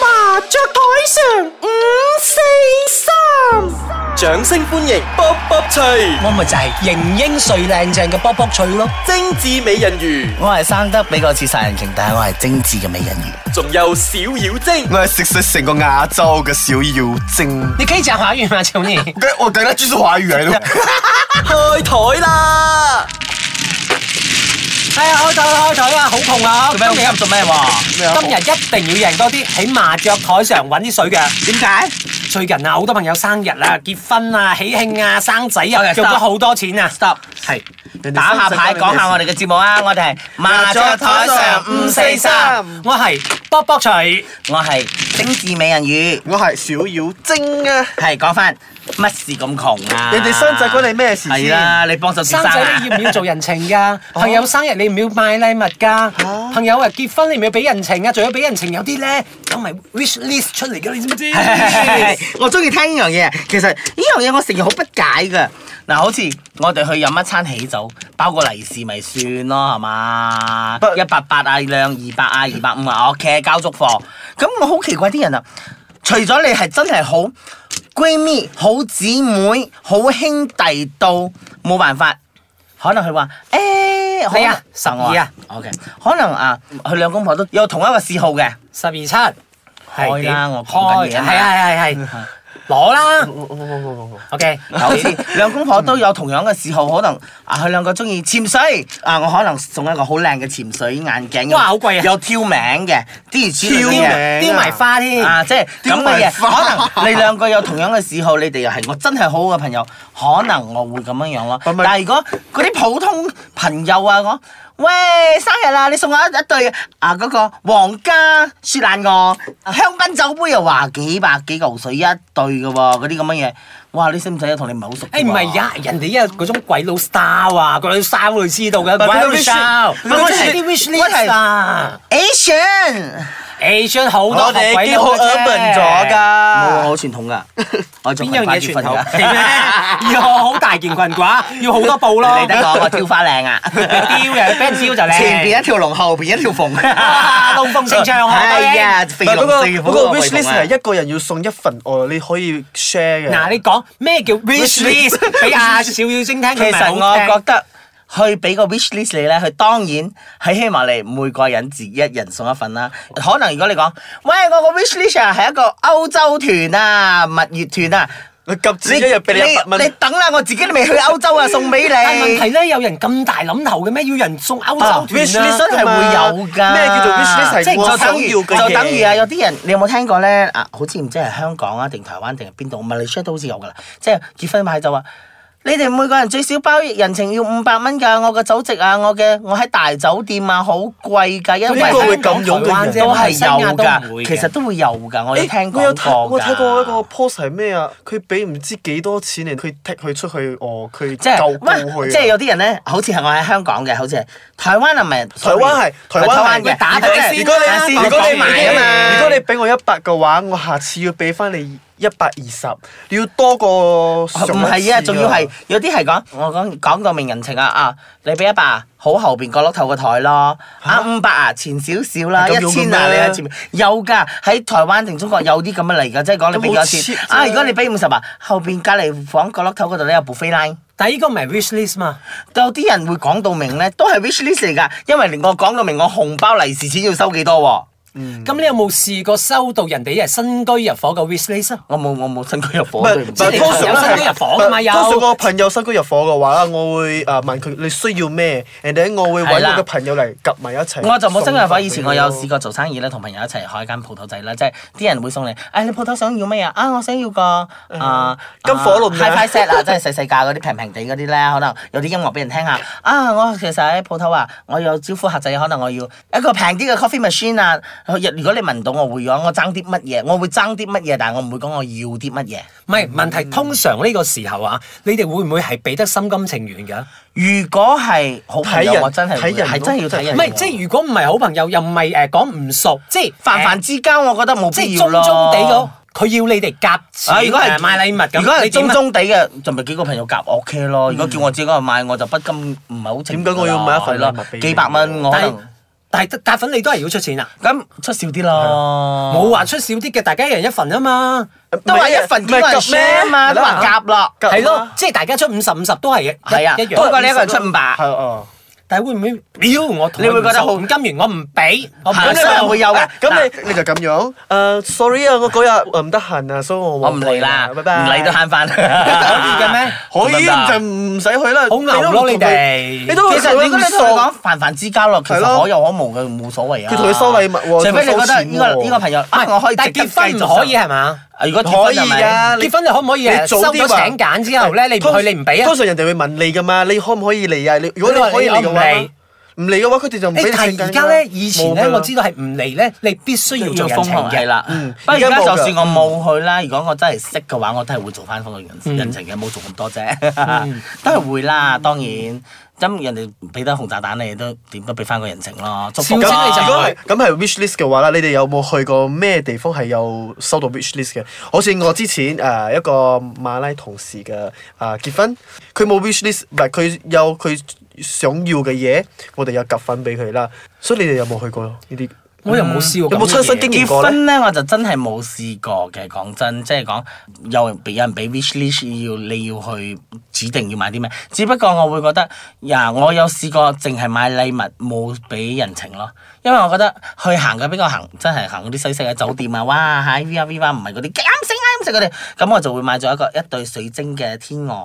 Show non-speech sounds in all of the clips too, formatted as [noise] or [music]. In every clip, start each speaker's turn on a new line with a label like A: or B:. A: 麻雀台上五四三，掌聲歡迎卜卜脆，
B: 我咪就係型英帥靚正嘅卜卜脆咯，
A: 精緻美人魚，
B: 我係生得比較似殺人鯨，但係我係精緻嘅美人魚。
A: 仲有小妖精。
C: 我係食食成個亞洲嘅小妖精。
B: 你可以講華語嗎？求你。
C: 我我等下繼續華語嚟咯。
A: 開台啦！
B: [laughs] 哎呀，開台開台啊，好痛啊！做咩？今日做咩啊喎？今日一定要贏多啲，喺麻雀台上揾啲水嘅。點解？最近啊，好多朋友生日啊、結婚啊、喜慶啊、生仔啊，用咗好多錢啊。Stop，係打下牌，講下我哋嘅節目啊。我哋係麻雀台上五四三，我係卜卜脆，
D: 我係精緻美人魚，
C: [laughs] 我係小妖精啊！
D: 係講翻乜事咁窮啊？
C: 你哋生仔關你咩事
D: 係
C: 先？
D: 啦，你幫手先
B: 生
D: 生
B: 仔
D: 啊
B: 你！要唔要做人情㗎？朋友生日你唔要買禮物㗎？朋友啊結婚你唔要俾人情啊？仲要俾人情有啲咧有埋 wish list 出嚟㗎，你知唔知？ [laughs]
D: 我中意聽呢樣嘢，其實呢樣嘢我成日好不解噶。嗱，好似我哋去飲一餐喜酒，包個利是咪算咯，係嘛？一百八啊，兩二百啊，二百五啊，OK，交足貨。咁我好奇怪啲人啊，除咗你係真係好閨蜜、好姊妹、好兄弟到冇辦法，可能佢話誒。可能
B: 你啊十二啊
D: ，OK，可能啊，佢兩公婆都有同一個嗜好嘅，
B: 十二七，係
D: 啦
B: 點
D: 我講緊嘢
B: 開
D: 啊
B: 係
D: 嘛
B: 係係係，攞啦，OK，
D: 有啲兩公婆都有同樣嘅嗜好，可能啊佢兩個中意潛水啊，我可能送一個好靚嘅潛水眼鏡，
B: 哇好貴啊
D: 有挑名嘅，啲如此類
C: 挑
D: 嘅嘢
C: 名
B: 丟埋花添，
D: 哎啊，即係
C: 雕
D: 咁嘅嘢，
C: 埋花
D: 可能你兩個有同樣嘅嗜好，你哋又係我真係好好嘅朋友，可能我會咁樣樣咯。但
C: 咁咪
D: 係如果嗰啲普通朋友啊，我喂生日啦，你送我一一對啊嗰、個皇家雪蘭莪香檳酒杯又話幾百幾嚿水一對嘅喎，嗰啲咁嘅嘢，哇！你識唔識啊？同你唔係好熟。
B: 誒唔係。呀，人哋因為嗰種鬼佬 style 啊，鬼佬 style 會知道嘅，鬼
D: 係
B: 佬
D: 佢啲
B: style，
D: wish- 佢
B: 我係
D: 係
B: 啲 wish
D: 我係
B: list 啊
D: Asian，
B: ，Asian 好多
A: 我哋
B: 學鬼
A: 已經
B: 佬
A: 好
B: 嘅啫
A: urban 咗
D: 冇啊，
A: 㗎。
D: 好傳統㗎，我做
B: 邊樣嘢啊傳統
D: 裙擺結婚㗎？
B: 係 [laughs]
D: [laughs]
B: 咩？要好大件裙褂，要好多布咯。
D: 你得講我挑花靚啊！
B: 丟嘅，俾人丟就靚。
D: 前邊一條龍，後邊一條鳳，
B: 哇龍鳳呈祥啊
D: 係啊，肥
C: 唔係嗰
D: 龍
C: 個
D: 四
C: 嗰
D: 虎
C: 個
D: 啊
C: wish
D: 肥
C: list
D: 龍啊
C: 係一個人要送一份愛，你可以 share 嘅。
B: 嗱，你講咩叫 wish list 俾阿小妖精聽？
D: 其
B: 佢咪好
D: 實
B: 聽
D: 我覺得。去俾個 wish list 你咧，佢當然係希望你每個人自己一人送一份啦。可能如果你講，喂，我個 wish list 啊係一個歐洲團啊、蜜月團啊，
C: 你夾住一日俾你一百
D: 你
C: 蚊，
D: 等啦，我自己都未去歐洲啊，送俾你。
B: 但係問題咧，有人咁大諗頭嘅咩？要人送歐
D: 啊
B: 洲團
C: wish
B: 啊
C: list？
D: 真係會有㗎。
C: 咩叫做 wish list？係
D: 即係
C: 我
D: 就
C: 想
D: 等於
C: 要嘅嘢
D: 就等於啊！有啲人你有冇聽過咧？啊，好似唔知係香港啊，定台灣定係邊度？馬來西亞都好似有㗎啦。即係結婚買就話。你哋每個人最少包人情要五百蚊㗎，我嘅酒席啊，我嘅我喺大酒店啊，好貴㗎，因為
C: 呢個會咁樣嘅啊
B: 台灣啫
D: 都係有
B: 馬來西亞都唔會
D: 㗎，
B: 嘅
D: 其實都會有㗎，我有
C: 誒
D: 聽
C: 我有睇
D: 講
C: 我
D: 過
C: 睇
D: 㗎。
C: 過一個 post 係咩啊？佢俾唔知幾多錢嚟，佢踢佢出去哦，佢
D: 即係
C: 救告
D: 喂
C: 佢。啊
D: 即係有啲人咧，好似係我喺香港嘅，好似係台灣係咪？台
C: 台灣係台灣係
D: 嘅，
B: 打
D: 即
B: 咗
D: 係
B: 先
C: 如果
B: 打
C: 你
B: 先
C: 如果
B: 講
C: 你
B: 埋啊
D: 嘛
C: 如果你俾我一百嘅話，我下次要俾翻你一百二十，你要多過上一次
D: 唔
C: 㗎
D: 係啊，仲要係有啲係講我講講到名人情啊啊！你俾一百啊，好後邊角落頭個台咯，啊五百啊前少少啦，
C: 咁
D: 一
C: 要嘅
D: 千
C: 咩
D: 啊你喺前面有㗎，喺台灣定中國有啲咁嘅嚟㗎，即係講你俾幾多
C: 咁
D: 錢
C: 好 cheap
D: 啊？
C: 啫
D: 如果你俾五十啊，後邊隔離房角落頭嗰度咧有 buffet line。
B: 但係呢個唔係 wish list 嘛？
D: 有啲人會講到明咧，都係 wish list 嚟㗎，因為我講到明我紅包利是錢要收幾多喎，
B: 咁你有冇試過收到人哋係新居入伙嘅 wish list 啊？
D: 我冇我冇新居入
C: 唔
D: 伙，對唔
C: 係唔
D: 住
B: 即係
C: 係
B: 你
C: 通常
B: 有新居入伙㗎嘛有
C: 通常個朋友新居入伙嘅話啦，我會誒問佢你需要咩，人哋我會揾
D: 係啦
C: 我嘅朋友嚟夾埋一齊。
D: 我就冇新加
C: 入
D: 伙，以前我有試過做生意咧，同朋友一齊開間鋪頭仔啦，即係啲人會送你，誒你鋪頭想要咩啊？啊我想要個啊
C: 金火輪啊
D: HiFi set 啊，即係細細價嗰啲平平地嗰啲咧，可能有啲音樂俾人聽下。啊我其實喺鋪頭啊，我有招呼客仔，可能我要一個平啲嘅 coffee machine 啊。如果你問到我會講，我爭啲乜嘢，我會爭啲乜嘢，但係我唔會講我要啲乜嘢。
B: 唔係問題，通常呢個時候啊，你哋會唔會係俾得心甘情願㗎？
D: 啊如果係好朋友，
C: 睇人
D: 我真係會
C: 睇人
D: 係真係要睇人
B: 唔
D: 喎。
B: 係，即係如果唔係好朋友，又唔係誒講唔熟，即係
D: 泛泛之交，我覺得冇
B: 即
D: 必
B: 係
D: 要
B: 中
D: 咯。
B: 中地咁，佢要你哋夾錢，
D: 啊！如果係
B: 誒買禮物咁，
D: 如果係
B: 你點
D: 中
B: 啊
D: 中地嘅，就咪幾個朋友夾 O K 咯。如果叫我自己一個人買，我就不禁唔係好情願
C: 點解我要買一份
D: 咯
C: 禮物俾？你
D: 幾百蚊我可
B: 但係
D: 能
B: 但係夾粉你都係要出錢啊？
D: 咁出少啲咯，
B: 冇話出少啲嘅，大家一人一份啊嘛。
D: 都話一份幾個人 share 啊嘛，
C: 唔係夾咩
D: 都話夾咯，
C: 夾
B: 係咯
C: 啊，
B: 即係大家出五十五十都係一
D: 係啊，
B: 一
D: 不
B: 樣。
D: 過你一個人出五百，
C: 係啊。
B: 但係會唔會？屌我同
D: 你會覺
B: 佢
D: 得
B: 唔熟
D: 好
B: 唔金元，我唔俾，我唔俾
D: 係啊
B: 你
D: 所以我會有嘅
C: 啊咁你你就咁樣？誒，sorry 啊，我嗰日誒唔得閒啊，所以我
D: 我唔嚟啦，唔
C: 拜拜。
D: 嚟都慳 [laughs] 翻。可以
B: 以嘅咩
C: 可以就唔使去啦。
B: 啊好牛咯
C: 你
B: 你
C: 都
B: 哋
C: 唔同佢你都
D: 其實你
C: 佢
D: 覺
C: 唔
D: 得同佢講
C: 熟，
D: 泛泛之交咯，其
C: 係
D: 實
C: 咯
D: 可有可無嘅，冇所謂啊。
C: 佢同你收禮物喎
D: 除非你覺得呢
C: 佢
D: 個
C: 收錢喎
D: 呢個朋友啊，我可以
B: 但
D: 直
B: 係
D: 接
B: 結婚
D: 繼
B: 唔
D: 續
B: 可以
D: 上
B: 係嘛？
D: 啊如果結
C: 可
D: 婚
C: 以
D: 係咪？
C: 㗎。
B: 結婚你可唔可以誒
C: 你早
B: 哎收
C: 啲
B: 咗
C: 話
B: 請柬之後咧，你唔去你唔俾啊
C: 通？常人哋會問你噶嘛，你可唔可以嚟啊？你如果
B: 你話
C: 你可以嚟嘅
B: 我唔嚟
C: 話，唔嚟嘅話，佢哋就唔俾
B: 誒，但
C: 你請
B: 係
C: 柬
B: 而
C: 㗎
B: 家咧，以前咧，
C: 冇㗎啦
B: 我知道係唔嚟咧，你必須要做
D: 做
B: 人
D: 封
B: 情
D: 號係
B: 嘅。
D: 啦
C: 嗯，
D: 不過而
C: 而
D: 家
C: 家冇
D: 就
C: 㗎
D: 算我冇去啦，如果我真係識嘅話，我都係會做翻封號人
B: 嗯
D: 人情嘅，冇做咁多啫， [laughs] 都係會啦。當然，咁人哋俾得紅炸彈你都點都俾翻個人情咯，祝福啊
B: 小
C: 咁
B: 姐你就係
D: 啦
C: 如果係咁係 wish list 嘅話啦，你哋有冇去過咩地方係有收到 wish list 嘅？好似我之前誒、呃一個馬拉同事嘅啊、呃、結婚，佢冇 wish list，唔係佢有佢想要嘅嘢，我哋有夾份俾佢啦。所以你哋有冇去過呢啲？
B: 我又冇試過
C: 有冇
B: 咁嘅
C: 親身
B: 嘢
C: 經驗
D: 結
C: 過咧？
D: 婚咧，我就真係冇試過嘅。講真，即係講有人俾有人俾 wish list 要你要去指定要買啲咩，只不過我會覺得呀，我有試過淨係買禮物冇俾人情咯，因為我覺得去行嘅比較行真係行嗰啲西式嘅酒店啊，哇喺 V R V R 唔係嗰啲啱食啱食嗰啲，咁我就會買咗一個一對水晶嘅天鵝。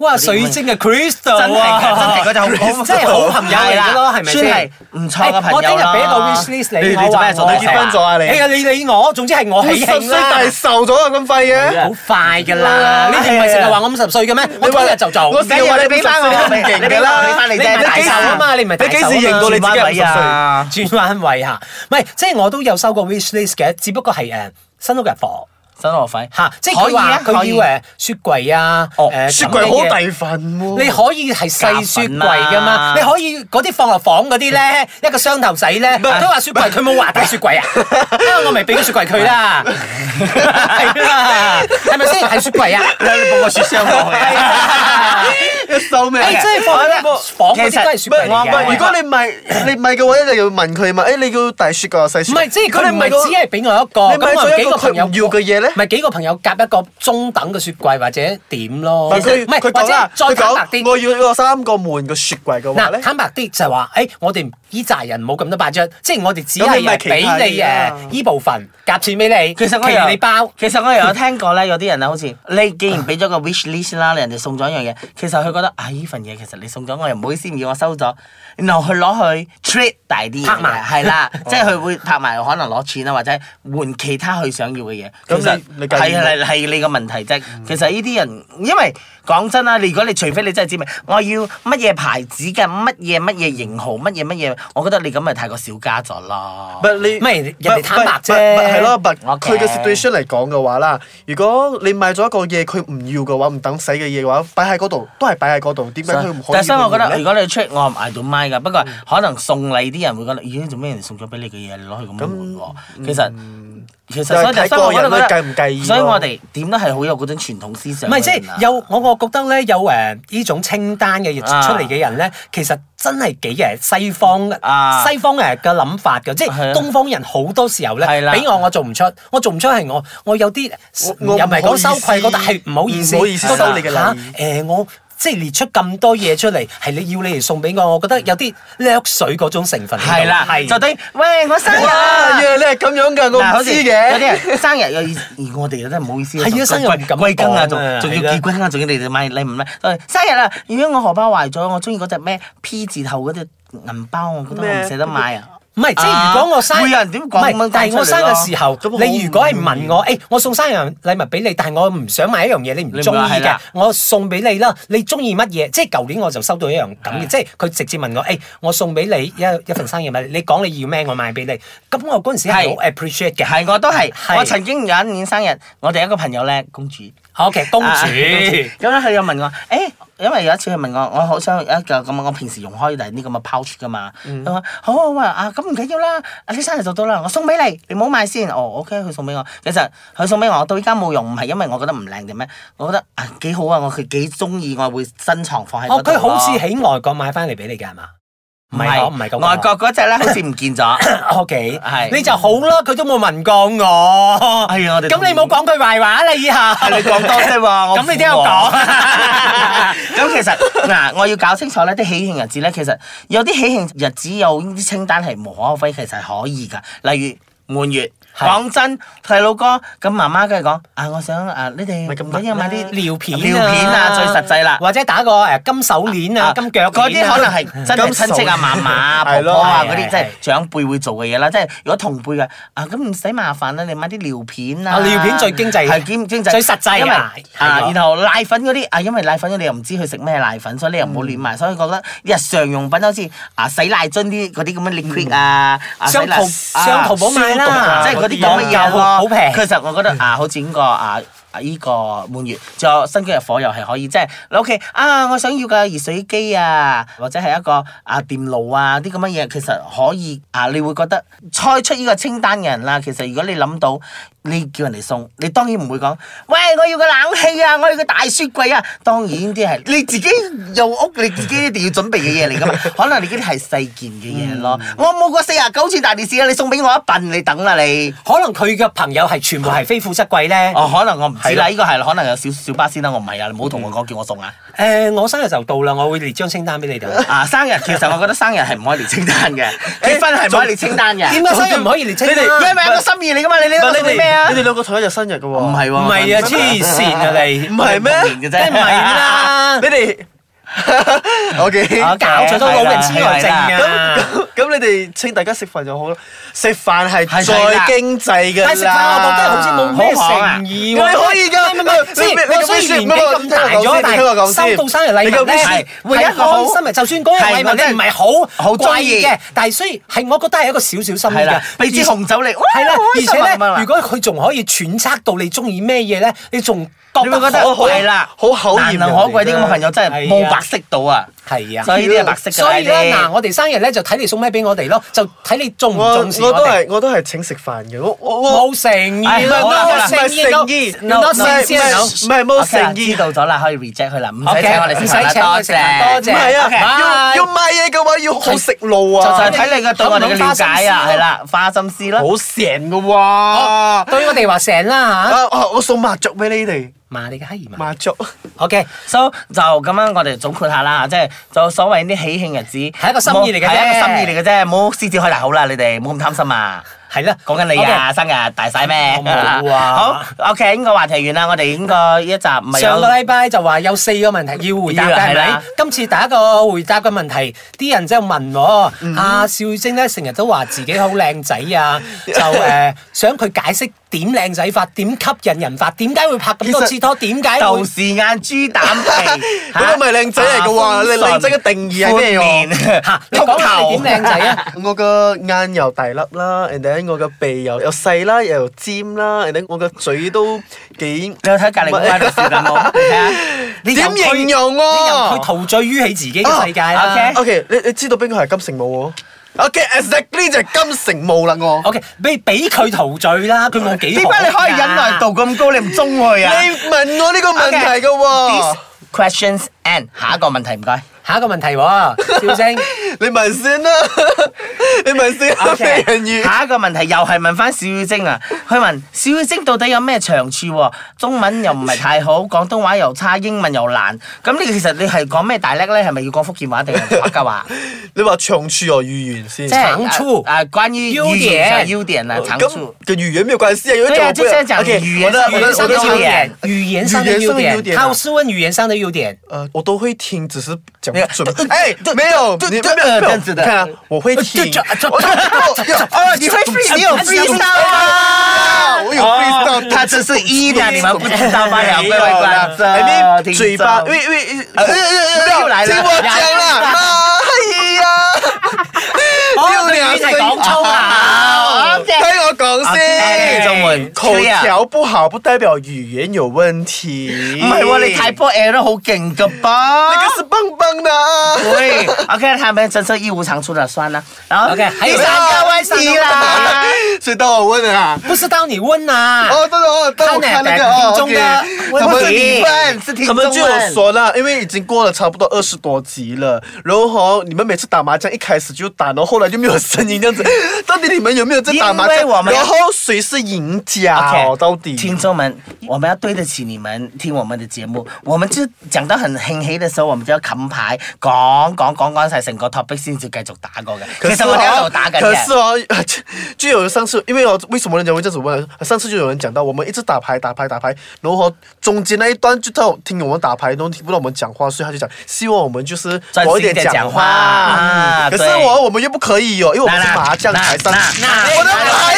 B: 哇！水晶嘅 crystal
D: 真係
B: 啊
D: 㗎真係嗰隻好
B: [laughs] 真係好朋友嚟嘅咯，係咪
D: 算係
B: 先？
D: 唔錯嘅朋友啦
B: 我聽日俾一個 wish list 你，
D: 你你做咩
B: 我話
D: 做咩
B: 我
D: 結婚
C: 咗啊你
B: 哎呀你你我，總之係我
C: 五
B: 喜
C: 十歲
B: 慶
C: 但係
B: 啦。
C: 瘦咗啊，咁快嘅！
B: 好快㗎啦！你哋唔係成日話我五十歲嘅咩？我今日就做。
C: 我成日話你俾翻我，
D: 你俾
C: 你俾
D: 你俾
C: 啦，
D: 返你
B: 啫
C: 你幾時
B: 大手啊嘛你唔係大手啊嘛
C: 你幾時認到你自己
D: 轉
C: 五
D: 彎位
C: 十歲？
D: 啊！
B: 轉彎位嚇，唔係即係我都有收過 wish list 嘅，只不過係誒新屋入伙
D: 生活費
B: 嚇，即係佢話佢要誒雪櫃啊，
D: 哦
B: 誒
C: 雪
B: 咁嘅
C: 櫃好
B: 嘢
C: 大份喎，
B: 你可以係細雪櫃噶嘛？你可以嗰啲放落房嗰啲咧，一個雙頭仔咧，佢話雪櫃，佢冇話大雪櫃啊，啊我咪俾個雪櫃佢啦，係啦，係咪先係雪櫃啊？
D: 你報個雪箱我
B: 係啊
C: 一收咩
B: 你
C: 嘅？
B: 真係放喺房嗰啲都係雪櫃嚟
C: 唔係，
B: 嘅
C: 如。果你唔係你唔係嘅話，你就要問佢嘛。誒，你要大雪㗎細雪
B: 唔
C: 㗎？
B: 係，即係佢
C: 你
B: 唔係
C: 個
B: 只係俾我一個，
C: 你買
B: 咁我
C: 咗
B: 幾
C: 一個
B: 個
C: 佢
B: 朋
C: 唔
B: 友
C: 要嘅嘢咧
B: 唔？係幾個朋友夾一個中等嘅雪櫃或者點
D: Ờ,
B: 咯？
C: 但
B: 其實
C: 佢
B: 唔係
C: 佢
B: 或
C: 講
B: 者
C: 啦，
B: 再
C: 佢
B: 坦白啲
C: 講。我要個三個門嘅雪櫃嘅話
B: 嗱，
C: 咧，
B: 坦白啲就係話，誒，我哋依扎人冇咁多八張，即係我哋只係
C: 咁你咪
B: 誒俾你
C: 其他嘢啊
B: 誒依部分夾錢俾你，
D: [laughs] 其實我
B: 其
D: 又
B: 餘你包。
D: 其實我又有聽過咧，有啲人啊，好似你既然俾咗個 wish list 啦，人哋送咗一樣嘢，其實佢覺得啊呢份嘢其實你送咗我又唔好意思唔要，我收咗，然後佢攞去 trade 大啲嘢嘅，
B: 拍埋
D: 係啦，即係佢會拍埋可能攞錢啊，或者換其他佢想要嘅嘢。
C: 咁你
D: 其實
C: 你計
D: 係係係你個問題啫。其實呢啲人，因為講真啦，你如果你除非你真係知明，我要乜嘢牌子嘅乜嘢乜嘢型號乜嘢乜嘢，我覺得你咁咪太過小家咗咯
C: 唔。係你
B: 唔係人哋
C: but-
B: 坦白
C: but-
B: 啫
C: but- but- 係咯，but
D: Okay
C: 佢嘅 situation 嚟講嘅話啦，如果你買咗一個嘢，佢唔要嘅話，唔等使嘅嘢嘅話，擺喺嗰度都係擺喺嗰度，點解佢唔可以換咧？
D: 但係所以我覺得，如果你 check 我唔 I don't mind 噶，不過可能送禮啲人會覺得，咦做咩人送咗俾你嘅嘢，你攞去咁樣換喎？其實其實
C: 就係
D: 所以
C: 睇
D: 所以我
C: 個
D: 覺
C: 人
D: 得
C: 佢介唔介意咯
D: 所以我哋點都係好有嗰種傳統思
B: 唔
D: 想嘅人啊。
B: 係即係有我，我覺得咧有誒呢種清單嘅
D: 啊
B: 出嚟嘅人咧，其實真係幾誒西方
D: 啊
B: 西方誒嘅諗法嘅，即
D: 係啊
B: 係東方人好多時候咧，
D: 係啦
B: 俾我我做唔出，我做唔出係我我有啲
C: 我
B: 又唔係講羞愧，
C: 唔
B: 覺
C: 好意
B: 得
C: 思
B: 係唔好意思，
C: 唔好意思
B: 覺得
C: 收你嘅禮
B: 嚇誒我。即係列出咁多嘢出嚟，係你要你嚟送俾我，我覺得有啲掠水嗰種成分喺度。
D: 係啦，
B: 係
D: 就等於喂我生日啊
C: 哇，原來你係咁樣㗎，
D: 嗱，
C: 我唔
D: 好
C: 知
D: 似有啲
C: 嘅。
D: 人生日又而我哋真係唔好意思，
B: 係啊生日唔敢
D: 貴庚啊，
B: 講啊
D: 仲仲要
B: 係啦
D: 結婚啊，仲要你哋買禮物咩？喂生日啦，如果我荷包壞咗，我中意嗰隻咩 P 字頭嗰隻銀包，我覺得我唔
C: 咩
D: 捨得買啊。
B: 唔係，即係如果我生，
D: 啊會有人點講咁樣
B: 唔係但係我生嘅時候
C: 咁，好
B: 你如果係問我，誒，我送生日禮物俾你，但係我唔想買一樣嘢，你唔
D: 你唔
B: 中意
D: 係
B: 嘅
D: 啦，
B: 我送俾你啦。你中意乜嘢？即係舊年我就收到一樣咁嘅，即係佢直接問我，誒，我送俾你一一份生日禮物，你講你要咩，我買俾你。咁我嗰陣時係好 appreciate 嘅。
D: 係，我都係。
B: 係
D: 我曾經有一年生日，我哋一個朋友咧，公主。
B: OK，公
D: 啊 [laughs]
B: 主，
D: 咁咧佢又問我，誒、因為有一次佢問我，我好想一個咁，我平時用開就係呢咁嘅 pouch 噶嘛。
B: 嗯
D: 佢話、好好啊，啊咁唔緊要啦，啊你生日就到啦，我送俾你，你唔好買先。哦，OK，佢送俾我。其實佢送俾我，到依家冇用，唔係因為我覺得唔靚定咩，我覺得啊幾好啊，我佢幾中意，我會珍藏放喺
B: 哦
D: 嗰，度
B: 佢好
D: 咯
B: 似喺外國買翻嚟俾你嘅係嘛？唔係講唔係講
D: 外國嗰只咧，好似唔見咗。
B: OK，
D: 係。
B: 你就好啦，佢都冇問過我。
D: 哎呀，我哋
B: 咁
D: 同意。
B: 你冇講佢壞話啦，以後。
D: 係 [laughs] 你講多啫喎，我
B: 咁你都有
D: 負
B: 講
D: 喎。 [laughs] 咁其實嗱，我要搞清楚咧，啲喜慶日子咧，其實有啲喜慶日子有啲清單係無可厚非，其實係可以噶。例如滿月，
B: 係
D: 講真，細佬哥咁媽媽梗係講啊，我想啊，你哋
C: 咪咁
D: 唔要買啲
B: 尿片啊。
D: 尿片啊，最實際啦。
B: 或者打個，誒，金手鏈啊，
D: 啊
B: 金腳鏈啊。
D: 嗰啲可能
B: [laughs]
D: 係真係親戚啊、嫲嫲啊、
C: 係
D: 婆
C: 咯
D: 婆啊
B: 係
D: 嗰啲，
B: 係
D: 即係長輩會做嘅嘢啦。即係如果同輩嘅啊，咁唔使麻煩啦，你買啲尿片啊。
B: 啊尿片最經濟
D: 係經經濟
B: 最實際啊
D: 因為啊，
B: 係咯
D: 然後奶粉嗰啲啊，因為奶粉你又唔知佢食咩奶粉，所以你又唔好亂
B: 嗯
D: 買。所以覺得日常用品好似啊洗奶樽啲嗰啲咁嘅 liquid 啊，啊洗
B: 上
D: 奶
B: 淘
D: 啊
B: 上淘寶買啦
D: 即係嗰啲咁嘅嘢咯，
B: 好平
D: 其實我覺得啊，好似呢個啊。啊！依個滿月，仲有新居入伙又係可以，即係你屋企啊，我想要個熱水機啊，或者係一個啊電爐啊啲咁嘅嘢，其實可以啊，你會覺得猜出呢個清單嘅人啦，其實如果你諗到你叫人哋送，你當然唔會講，喂，我要個冷氣啊，我要個大雪櫃啊，當然啲係你自己有屋，你自己一定要準備嘅嘢嚟噶嘛，可能你嗰啲係細件嘅嘢咯，我冇個四廿九寸大電視啊，你送俾我一笨，你等啦你。
B: 可能佢嘅朋友係全部係非富則貴呢。 [laughs]
D: 哦，可能我唔知
B: 係咯
D: 啦，呢個係可能有小小巴先啦，我唔係啊，你唔好同我講叫我送啊。 [laughs]
B: 誒，我生日就到啦，我會列張清單俾你哋。
D: 啊，生日其實我覺得生日係唔可以列清
B: [laughs]
D: 單嘅，結婚係唔可以列清單嘅，因
B: 點解生日唔可以列清單？
D: 為一個心意嚟噶嘛，你呢個
C: 但
D: 送
C: 你
D: 啲咩啊
C: 哋？你哋兩個同一日生日嘅喎，
D: 唔
C: 唔
D: 係喎，
B: 唔係啊，黐線啊，你。
C: 唔係咩？
D: 同年嘅啫
B: 梗係唔係啦 [laughs]
C: 你
D: [laughs]
C: 哋 OK。
D: 啊
B: 搞錯咗老人痴呆症啊。
C: 咁咁你哋請大家食飯就好啦，食飯係
D: 係
C: 最經濟嘅啦。
B: 但係食飯我覺得好似冇咩誠意喎。
C: 你可以㗎，
B: 唔係，唔係，雖然年紀咁大咗，但係收到生日禮物咧，會一開心嘅，就算嗰樣禮物咧唔係好貴嘅，但係雖然係我覺得係一個少少心意㗎。
D: 係啦，俾支
B: [laughs]
D: 紅酒你，哇
B: 係啦，
D: 開
B: 而
D: 心啊
B: 且咧，
D: 咁樣啦
B: 如果佢仲可以揣測到你鍾意咩嘢咧，你仲覺得
D: 你會覺得
B: 可貴。
D: 係啦，
C: 好口
D: 難
C: 驗
D: 能可貴啲咁嘅朋友真係
B: 係啊
D: 冇白色到啊！
B: 係啊。
D: 所以呢啲係白色㗎啦，
B: 所以咧，
D: 呢啲
B: 嗱，我哋生日咧就睇你送咩俾我哋咯，就睇你重唔
C: 我
B: 重視
C: 我都
B: 哋。
C: 係我都係請食飯嘅，我我我
B: 冇誠意啦，
D: 哎好啦好啦
B: 冇
C: 唔係
B: 誠意
C: 誠意
B: ，no
D: no，
B: not
C: 唔係
B: sincere，
C: 唔係冇
D: OK 啦
C: 誠意
D: 知。道咗啦，可以 reject 佢啦，唔
B: OK，
D: 使請我哋食飯
B: 唔使請
D: 啦，
B: 我哋食飯多
D: 多
B: 謝
D: 謝。
C: 唔係
B: OK，
C: 啊，
B: bye
C: 要要買嘢嘅話要好食路
D: 就
C: 啊
D: 係，睇你嘅對我哋嘅了解啊，係啦，花心思啦
C: 好。成嘅喎。
B: 對我哋話成啦嚇，
C: 啊啊！我送麻雀俾你哋，
B: 麻你嘅閪兒麻。
C: 麻雀
B: OK，
D: So 就咁樣，我哋總括下啦，即係就所謂啲喜慶日子係
B: 一個心意嚟嘅啫
D: 係一個心意嚟嘅啫，唔好獅子開大口啦，你哋唔好咁貪心啊！
B: 係啦，
D: 講緊你啊，生日大晒咩？
B: 我
D: [laughs]
B: 冇啊
D: 好，OK，呢個話題完啦，我哋應該一集唔係有
B: 上個禮拜就話有四個問題要回答
D: 要啦
B: 嘅係咪
D: 係啦？
B: 今次第一個回答嘅問題，啲人就問我，阿邵晶咧成日都話自己好靚仔啊，就誒想佢解釋點靚仔法，點吸引人法，點解會拍咁多次拖，點解會
D: 豆？豉眼豬膽皮，
C: 嗰個咪靚仔嚟嘅喎
D: 啊
C: 你靚仔嘅定義係咩喎
D: 寬面
B: 嚇，你講下你點靚仔啊？
C: [laughs] 我個眼又大粒啦，and then 我個鼻又又細啦，又尖啦，and then 我個嘴都幾
D: 你有睇隔離嗰班笑緊我，你睇下你
C: 點
D: 由佢
C: 形容啊
B: 你入去陶醉於喺自己嘅世界啦。
D: 啊，OK
C: ？OK，你你知道邊個係金城武喎？OK，exactly 就係金城武啦，我。
B: OK，俾俾佢陶醉啦，佢冇幾
D: 點解你可以忍耐度咁高，你唔中佢
C: 你
D: 啊？
C: 問我呢個問題嘅
D: These
C: 喎，
D: questions and 下一個問題唔該。
B: 下一個問題喎，小星。
C: [laughs] 你問先啦，你
D: [laughs]
C: 問先啦，美人魚。
D: 下一個問題又係問翻小妖精啊，佢問小妖精到底有咩長處喎？中文又唔係太好，廣東話又差，英文又難。咁你其實你係講咩大叻咧？係咪要講福建話定係客家話？
C: 你話長處哦，語言先。呃
B: 長
D: à,
B: 處
D: 啊，啊關於
B: 優
D: 優
B: 點
D: 點優點啊，長
C: 咁
D: 處。
C: 跟語言沒有關係啊，因為
D: 對啊就
C: 不
D: 是要
C: 了。
D: 講
C: OK，
D: 語
C: 我
D: 言
C: 的
D: 上
C: 我
D: 的
C: 的我的
D: 優
C: 長
D: 點
B: 語言上的優
C: 語言上的
B: 點
C: 優，點啊
B: 他有是問語言上的優點。
C: 呃，我都會聽，只是講
D: 沒有
C: 不準。
D: 對
C: 哎，
D: 對
C: 沒有，
D: 對
C: 你
D: 對
C: 沒有
D: 呃
C: 沒有
D: 這樣子的呃
C: 看啊，我會
B: 就
C: 聽。
B: 就就
C: 我哦
D: 哦，你會 free，你有 freestyle
C: 啊
D: 啊！
C: 我有 freestyle，
D: 他真是一的，你們哎不知道嗎？兩位觀眾，
C: 哎，你
D: 聽眾
C: 嘴巴，喂喂，呃
D: 呃呃
C: 沒有
D: 又來了
C: 聽我講啦，哎呀，
B: 哦
C: 六
B: 佢
C: 兩
B: 語
D: 哦
B: 言
C: 聲
B: 係講粗口
C: 聽我講良
D: 啊，
C: 心。
D: 中文
C: 口
D: clear
C: 條不好不代表語言有問題。
D: 唔係喎，你睇波 L 好勁噶
C: 那
D: 噃
C: 個。是棒棒的。
D: 对，OK，他们真是一無長處的，算了。然後
B: OK，還有
D: 第三個問題啦，
C: [laughs] 所以到我問了啊。
B: 不是到你問啊。
C: 哦，到哦，到我看那個哦，
B: 中的
C: OK
B: 問
C: 他們
B: 題
D: 問是聽
C: 他
D: 眾
C: 們就有
D: 問。
C: 說了，因為已經過了差不多二十多集了，然後你們每次打麻將一開始就打，然後後來就沒有聲音這樣子，到底你們有沒有在打麻
D: 因
C: 將？
D: 為我們要
C: 然後誰是贏家哦？到底？
D: 聽眾們，我們要對得起你們聽我們的節目。我們就講得很興起嘅時候，我們就要冚牌，講講講講晒成個 topic 先至繼續打過嘅。其
C: 可是
D: 實我哋一路
C: 哦
D: 打緊，
C: 可
D: 嘅
C: 是。哦， [laughs] 就有上次，因為哦，為什麼人家會這樣子問？上次就有人講到，我們一直打牌打牌打牌，然後中間那一段就他聽我們打牌，然後聽不到我們講話，所以他就講希望我們就是多一點
D: 專心地
C: 講
D: 講話啊
C: 可是
D: 對
C: 我我們又不可以哦，因為我們是
D: 那那
C: 麻將台上
D: 那那，
C: 我的
D: 那
C: 牌，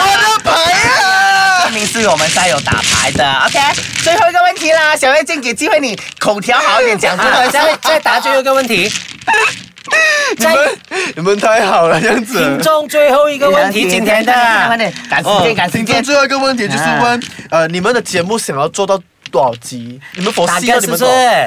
C: 我的牌啊！
D: 证明是我们三有打牌的。OK，最后一个问题啦，小月静给机会你口条好一点，讲出
B: 啊
C: [laughs]
D: 来。
B: 再再答最后一个问题，
C: 你们你们太好了，这样
B: 听
C: 子。
B: 众最后一个问题，今天的
D: 快点，赶时间，啊赶时
C: 听众
D: 间。
C: 最后一个问题就是问，呃，你们的节目想要做到多少集？你们佛
B: 大
C: 系
B: 家
C: 要
B: 是不
C: 你们
B: 是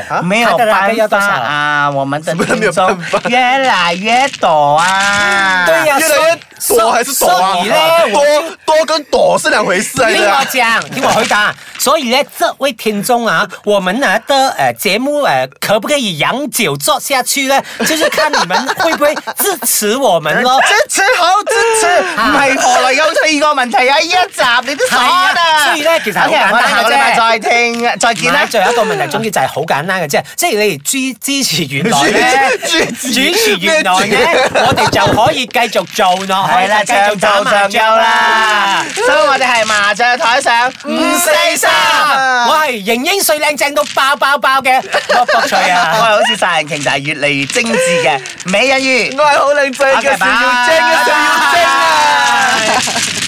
C: 多啊？
D: 没有
B: 他的那个要
D: 办
B: 多
D: 法
B: 少
D: 啊！我们的
C: 什么没
D: 听
C: 有办
D: 众
C: 法
D: 越来越多啊！
B: 对呀、
C: 越来越躲还是躲啊？
B: 所
C: [laughs]
B: 以呢，我
C: 躲躲跟躲是两回事来
B: 听
C: 的
B: 我
C: 啊。
B: 讲，听我回答。所以呢，这位听众啊，我们呢的呃节目呃可不可以永久做下去呢？就是看你们会不会支持我们咯。
D: 支持好支持，唔係何來有第二個問題啊？呢一集你都傻
B: 係啊
D: 啦！
B: 所以呢其實好
D: OK，
B: 簡單嘅啫
D: 我哋下個禮拜再聽，再見啦
B: 嗱，！最後一個問題，總結就係好簡單嘅啫，即係你哋支支持原
D: [laughs]
B: 來咧，
C: 支
B: 主持
C: 持
B: 原來
C: 咩
B: 咧，我哋就可以繼續做落去，
D: 係啦，
B: 繼續
D: 上
B: 打
D: 就
B: 麻
D: 上
B: 將
D: 優啦，所以我哋係麻雀台上五四 [laughs] 三。
B: 我係型英帥靚正到爆爆爆嘅卜卜脆
D: 我係
B: 啊！
D: 好似殺人鯨，就係越嚟越精緻嘅美人魚。
C: 我系好靓仔嘅，
D: OK，
C: 邵耀晶嘅邵耀晶啊！
D: 拜拜